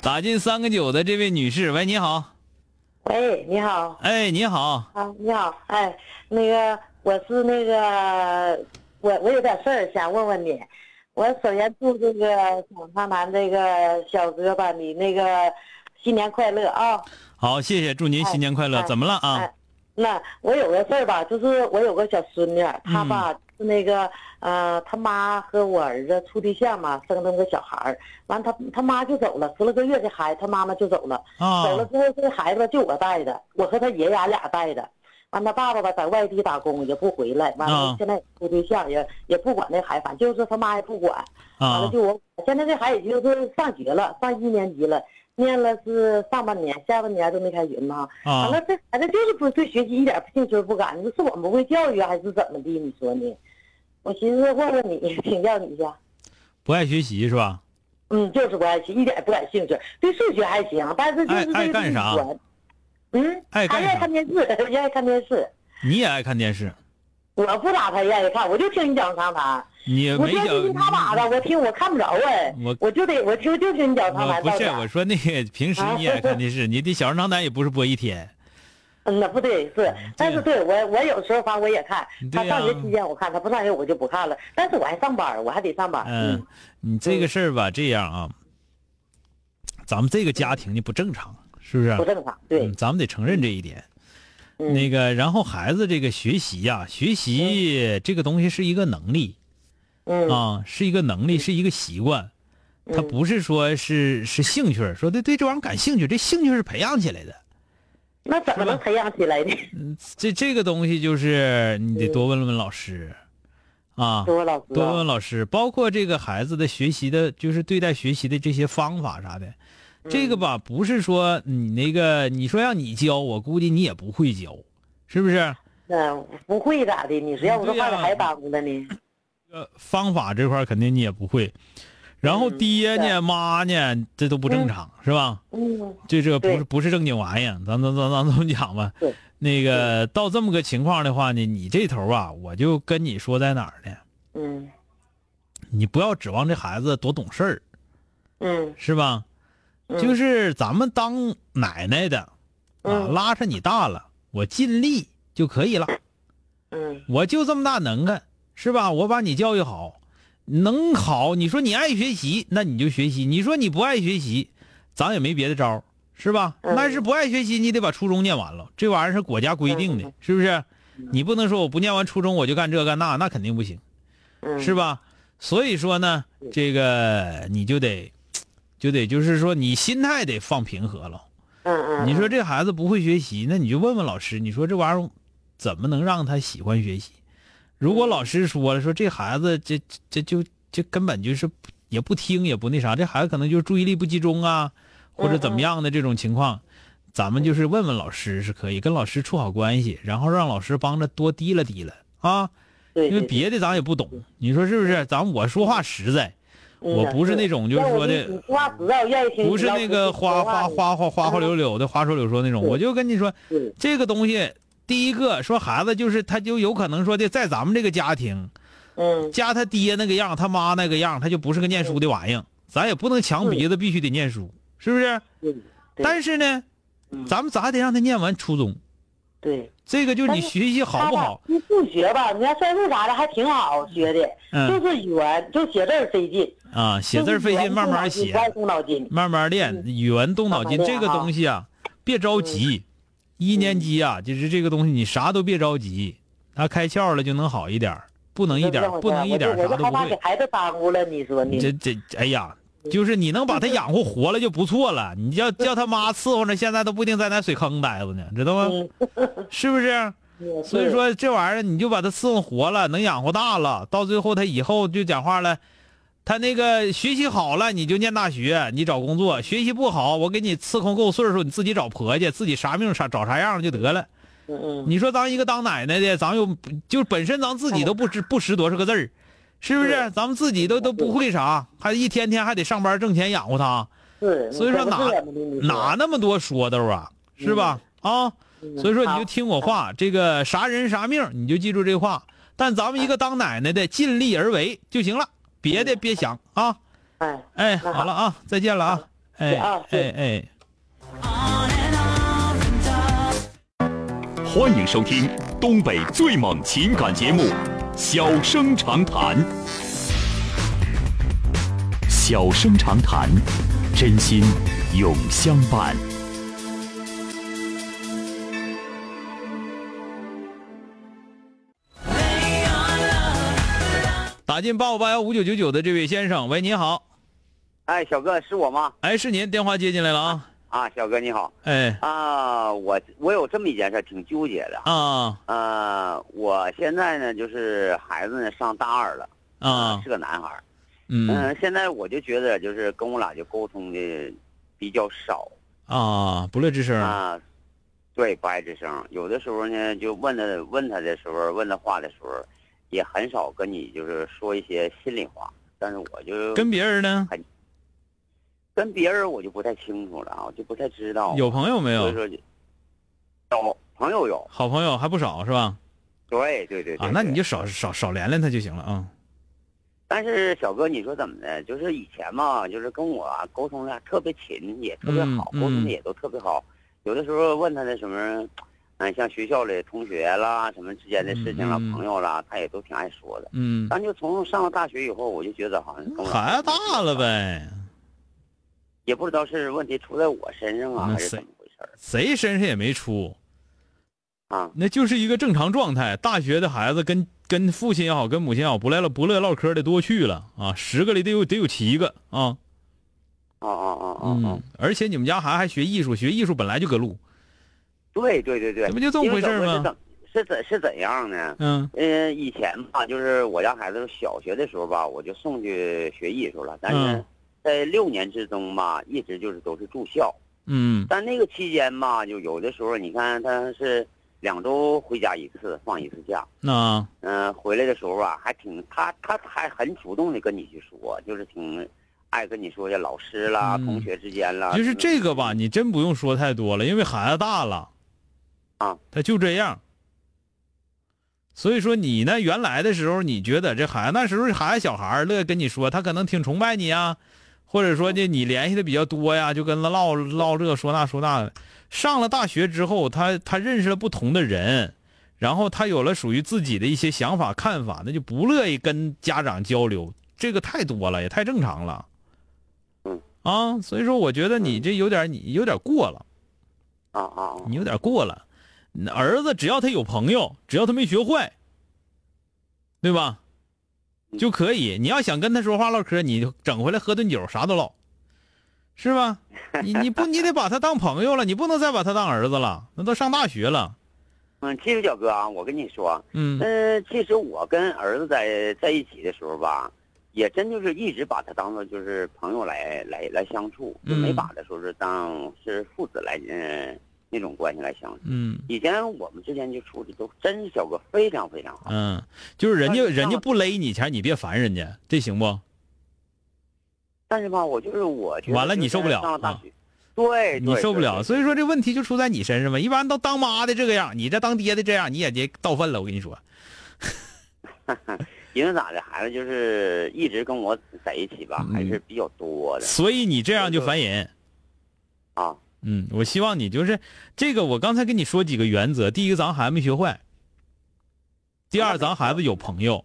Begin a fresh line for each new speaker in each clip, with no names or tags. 打进三个九的这位女士，喂，你好，
喂，你好
哎，你好，
啊，你好，哎，那个我是那个我我有点事儿想问问你，我首先祝这个小胖男这个小哥吧，你那个新年快乐啊！
好，谢谢，祝您
哎
新年快乐。
哎
怎么了啊
哎？那我有个事儿吧，就是我有个小孙女，她吧、是那个呃，她妈和我儿子处对象嘛，生这么个小孩儿，完她她妈就走了，十来个月的孩子，她妈妈就走了。走了
啊，
之后，这孩子就我带的，我和他爷俩俩带的。完，他爸爸吧在外地打工也不回来，完
啊
了现在处对象也也不管那孩子，反正就是他妈也不管。完了
啊，
就我现在这孩子也就是上学了，上一年级了，念了是上半年，下半年都没开学嘛。完了
啊，
这孩子就是不对学习一点兴趣不感，你说是我们不会教育啊还是怎么的？你说呢？我寻思问问你，请教你一下。
不爱学习是吧？
嗯，就是不爱学，一点也不感兴趣。对数学还行，但是就是
爱
对
爱干啥
语文？嗯，
爱干
他愿意
啥
看电视， 愿意看电视。
你也爱看电视，
我不咋太愿意看，我就听你讲长谈。
你
我
没
电视
有
听他妈的，我听我看不着哎，
我
我就得我就就听你讲长
我
谈
不
到
是，
家
我说那 个平时你也爱看电视，你的小儿郎当也不是播一天。
嗯，那不对是，但是对我我有时候反正我也看。他
对呀
上学期间我看，他不上学我就不看了。但是我还上班，我还得上班。
嗯，，你这个事儿吧，这样啊，咱们这个家庭呢不正常，是不是？
嗯不正常。对
嗯，，咱们得承认这一点。
嗯
那个，然后孩子这个学习呀、学习这个东西是一个能力
嗯
啊，是一个能力，是一个习惯。它
嗯
不是说是是兴趣，说对对这玩意儿感兴趣，这兴趣是培养起来的。
那怎么能培养起来呢？
这这个东西就是你
嗯
得多问问老师，啊，
说老师啊，
多问问老师，包括这个孩子的学习的，就是对待学习的这些方法啥的，这个
嗯
吧，不是说你那个，你说让你教，我估计你也不会教，是不是？
嗯，不会咋的？你说要不说
对呀
犯了还耽误了呢？
呃，方法这块儿肯定你也不会，然后
嗯
爹呢、
对
妈呢，这都不正常，是吧？
嗯
这这不
对
是不是正经玩意儿，咱咱咱咱这么讲吧
对。
那个到这么个情况的话呢，你这头啊，我就跟你说在哪儿呢？
嗯
你不要指望这孩子多懂事儿，
嗯
是吧？
嗯
就是咱们当奶奶的啊，
嗯
拉扯你大了，我尽力就可以了，
嗯
我就这么大能耐，是吧？我把你教育好，能好，你说你爱学习，那你就学习；你说你不爱学习，咱也没别的招儿，是吧？
嗯
但是不爱学习，你得把初中念完了，这玩意儿是国家规定的
嗯，
是不是？你不能说我不念完初中我就干这干那，那肯定不行。
嗯，
是吧？所以说呢，这个你就得，就得就是说你心态得放平和了。
嗯嗯，
你说这孩子不会学习，那你就问问老师，你说这玩意儿怎么能让他喜欢学习？如果
嗯
老师说了，说这孩子这这这就这根本就是也不听也不那啥，这孩子可能就是注意力不集中啊，或者怎
嗯
么样的这种情况，咱们就是问问老师是可以，跟老师处好关系，然后让老师帮着多提了提了啊。
嗯对
因为
对
别的咱也不懂，你说是不是？咱我说话实在，
嗯
我不是那种就是
要我
说的
你话知道，愿意听
不是那个花花，花花花花柳柳的花说柳说那种。
嗯对
我就跟你说，
你要是
这个东西，第一个说孩子就是他就有可能说的，在咱们这个家庭，
嗯
家他爹那个样，他妈那个样，他就不是个念书的玩意儿。咱也不能强鼻子，必须得念书，是不是？
嗯，对
但是呢，
嗯
咱们咋得让他念完初中，
对，
这个就是你
但是
学习好不好？
他吧？数学吧，你看算术啥的还挺好学的，
嗯
就是语文就写字儿费劲，
啊，写字儿费劲，慢慢写
不，爱动脑筋。
慢慢练。语文动脑筋
嗯慢慢
这
练
个
啊嗯
东西啊，别着急。一年级啊，就是这个东西，你啥都别着急，它开窍了就能好一点儿，不能一点儿，不能一点儿
我就
啥
我
都
就
不
害怕
会
给。孩子耽误了，你说呢？
这这，哎呀，就是你能把他养活活了就不错了。你叫叫他妈伺候着，现在都不一定在那水坑待着呢，知道吗？
嗯，
是不是？
也
所以
是
说这玩意儿你就把他伺候活了，能养活大了，到最后他以后就讲话了，他那个学习好了你就念大学，你找工作；学习不好，我给你伺候够岁数，你自己找婆家，自己啥命啥找啥样就得了。
嗯嗯，
你说当一个当奶奶的，咱又不就本身咱自己都不知不识多少个字儿，是不是？
哦对
咱们自己都都不会啥，还一天天还得上班挣钱养活他，
是。
所以说哪哪
呢？
那么多说道啊，是吧？
嗯
啊，所以说你就听我话，这个啥人啥命，你就记住这话。但咱们一个当奶奶的，
哎
尽力而为就行了，别
嗯
的别想啊。
好。哎，
哎，
那
好了啊，再见了啊，哎
啊是
哎哎。
欢迎收听东北最猛情感节目《小生长谈》。小生长谈，真心永相伴。
打进八五八幺五九九九的这位先生，喂，你好，
哎，小哥是我吗？
哎，是您电话接进来了啊，
啊，小哥你好
哎
啊，我我有这么一件事儿挺纠结的。
啊
呃，我现在呢就是孩子呢上大二了，
啊
是，个男孩儿。
嗯
嗯，现在我就觉得就是跟我俩就沟通的比较少
啊，不乐之声，
啊，对，不爱吱声。有的时候呢，就问他问他的时候，问他话的时候，也很少跟你就是说一些心里话。但是我就
跟别人呢，
跟别人我就不太清楚了啊，我就不太知道。
有朋友没
所以
有？
说就有朋友有，
好朋友还不少是吧？
对对对对
啊，那你
对
就少少少连连他就行了啊。
但是小哥，你说怎么的？就是以前嘛，就是跟我啊沟通的特别勤，也特别好，
嗯
沟通
嗯
的也都特别好。有的时候问他的什么，嗯，像学校里同学啦，什么之间的事情啦，
嗯嗯
朋友啦，他也都挺爱说的。
嗯，
但就从上了大学以后，我就觉得好像跟我
孩子大了，呗，
也不知道是问题出在我身上啊，
那
还是
谁
怎么回事儿
谁身上也没出，
啊？
那就是一个正常状态。大学的孩子跟跟父亲也好，跟母亲也好，不赖了不乐唠嗑的多去了啊，十个里得有得有七个啊。
哦哦哦哦哦
嗯，，而且你们家孩子还学艺术，学艺术本来就搁路。
对对对对，
这不就这么回事儿吗
因为小哥是怎是怎是怎样呢？
嗯
嗯，以前吧，就是我家孩子小学的时候吧，我就送去学艺术了。但是
嗯
在六年之中吧，一直就是都是住校。
嗯
但那个期间吧，就有的时候你看他是两周回家一次，放一次假。
那
嗯、回来的时候啊，还挺他他还很主动的跟你去说，就是挺爱跟你说些老师啦、
嗯
同学之间啦。
就是这个吧，你真不用说太多了，因为孩子大了，
啊，
他就这样。所以说你呢，原来的时候你觉得这孩子那时候孩子小孩儿乐意跟你说，他可能挺崇拜你啊，或者说呢你联系的比较多呀，就跟他唠唠这说那说那的。上了大学之后，他他认识了不同的人，然后他有了属于自己的一些想法看法，那就不乐意跟家长交流，这个太多了，也太正常了。啊，所以说我觉得
嗯
你这有点你有点过了，
啊啊啊
你有点过了。嗯儿子只要他有朋友，只要他没学坏，对吧？
嗯
就可以。你要想跟他说话唠嗑，你就整回来喝顿酒，啥都唠，是吧？你你不你得把他当朋友了，你不能再把他当儿子了，那都上大学了。
嗯，其实小哥啊，我跟你说，
嗯
嗯，其实我跟儿子在在一起的时候吧，也真就是一直把他当做就是朋友来来来相处，就没
嗯
把他说是当是父子来嗯、那种关系来相处。
嗯
以前我们之间就处的都真是小哥非常非常好，
嗯，就是人家
那你上
人家不勒你前，你别烦人家，这行不？
但是吧，我就是我觉得
完了
就是
你受不了
上了大
啊
学，对，
你
对
受不了，所以。
对对
说这问题就出在你身上嘛。一般都当妈的这个样，你这当爹的这样，你也得到份了。我跟你说，
因为咋的，孩子就是一直跟我在一起吧，还
嗯
是比较多的
所以你这样就烦人
啊。
嗯，我希望你就是这个，我刚才跟你说几个原则：第一个，咱孩子没学坏；第二，咱孩子有朋友，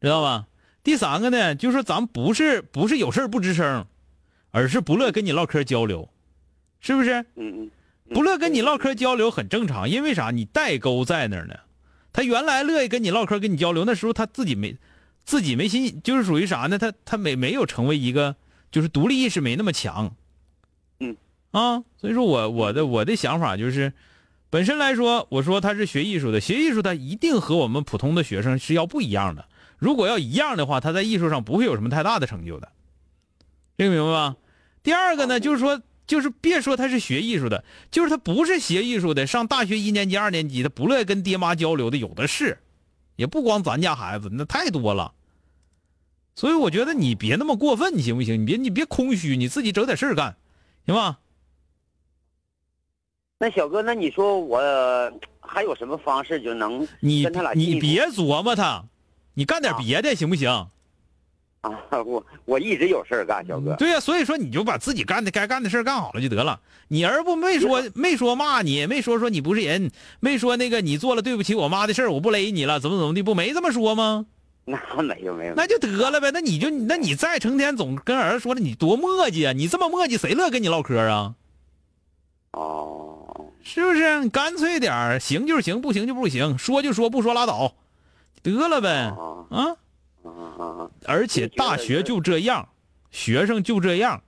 知道吧？第三个呢，就是说咱不是不是有事儿不吱声，而是不乐跟你唠嗑交流，是不是？
嗯嗯，嗯
不乐跟你唠嗑交流很正常，因为啥？你代沟在那儿呢。他原来乐意跟你唠嗑、跟你交流，那时候他自己没自己没心，就是属于啥呢？他他没没有成为一个，就是独立意识没那么强。
嗯。
啊，所以说我我的我的想法就是，本身来说，我说他是学艺术的，学艺术他一定和我们普通的学生是要不一样的。如果要一样的话，他在艺术上不会有什么太大的成就的，这个明白吧？第二个呢，就是说，就是别说他是学艺术的，就是他不是学艺术的，上大学一年级、二年级，他不乐意跟爹妈交流的有的是，也不光咱家孩子，那太多了。所以我觉得你别那么过分，你行不行？你别你别空虚，你自己整点事儿干，行吧？
那小哥，那你说我呃还有什么方式就能
你
跟他俩进一
你
步
别琢磨他，你干点
啊
别的行不行？
啊？ 我我一直有事儿干，小哥。
对呀、所以说你就把自己干的该干的事儿干好了就得了。你儿不没说没说骂你，没说说你不是人，没说那个你做了对不起我妈的事儿，我不勒你了，怎么怎么地，不没这么说吗？
那没有没有，
那就得了呗。那你就那你再成天总跟儿子说了，你多磨叽啊！你这么磨叽，谁乐跟你唠嗑啊？
哦，
是不是？你干脆点儿，行就是行，不行就不行，说就说，不说拉倒，得了呗。
哦
啊！
哦哦
而且大学就这样，学生就这样，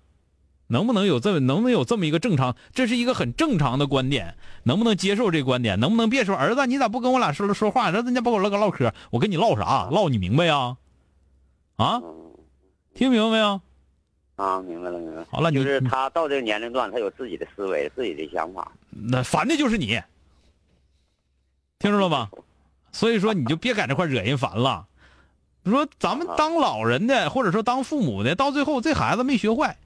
能不能有这么能不能有这么一个正常？这是一个很正常的观点，能不能接受这观点？能不能别说儿子，你咋不跟我俩说说话？儿子，你咋不跟我唠唠嗑？我跟你唠啥？唠你明白呀？啊，
哦
听明白没有？
啊，明白了明白了。
好了，你嗯
就是
你
他到这个年龄段，他有自己的思维，自己的想法。
那烦的就是你，听着了吧？所以说你就别在这块惹人烦了。你说咱们当老人的，或者说当父母的，到最后这孩子没学坏，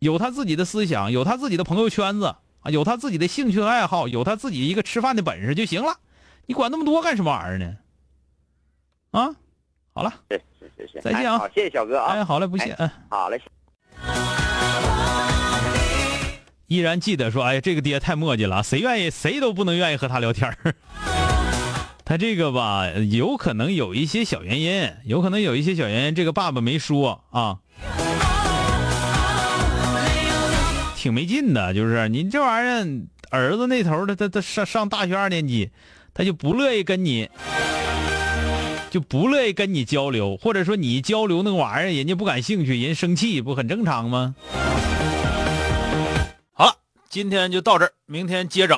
有他自己的思想，有他自己的朋友圈子啊，有他自己的兴趣爱好，有他自己一个吃饭的本事就行了。你管那么多干什么玩意儿呢？啊，好了，
是是是是。
再见
哎
啊
好，谢谢小哥
哎，
啊。
好嘞，不谢，
哎
嗯。
好嘞。
依然记得说，哎呀，这个爹太磨叽了，谁愿意谁都不能愿意和他聊天儿。 他这个吧，有可能有一些小原因，有可能有一些小原因，这个爸爸没说啊，挺没劲的。就是你这玩意儿，儿子那头儿他他他上上大学二年级，他就不乐意跟你，就不乐意跟你交流，或者说你一交流那个玩意儿，人家不感兴趣，人生气，不很正常吗？好了，今天就到这儿，明天接着。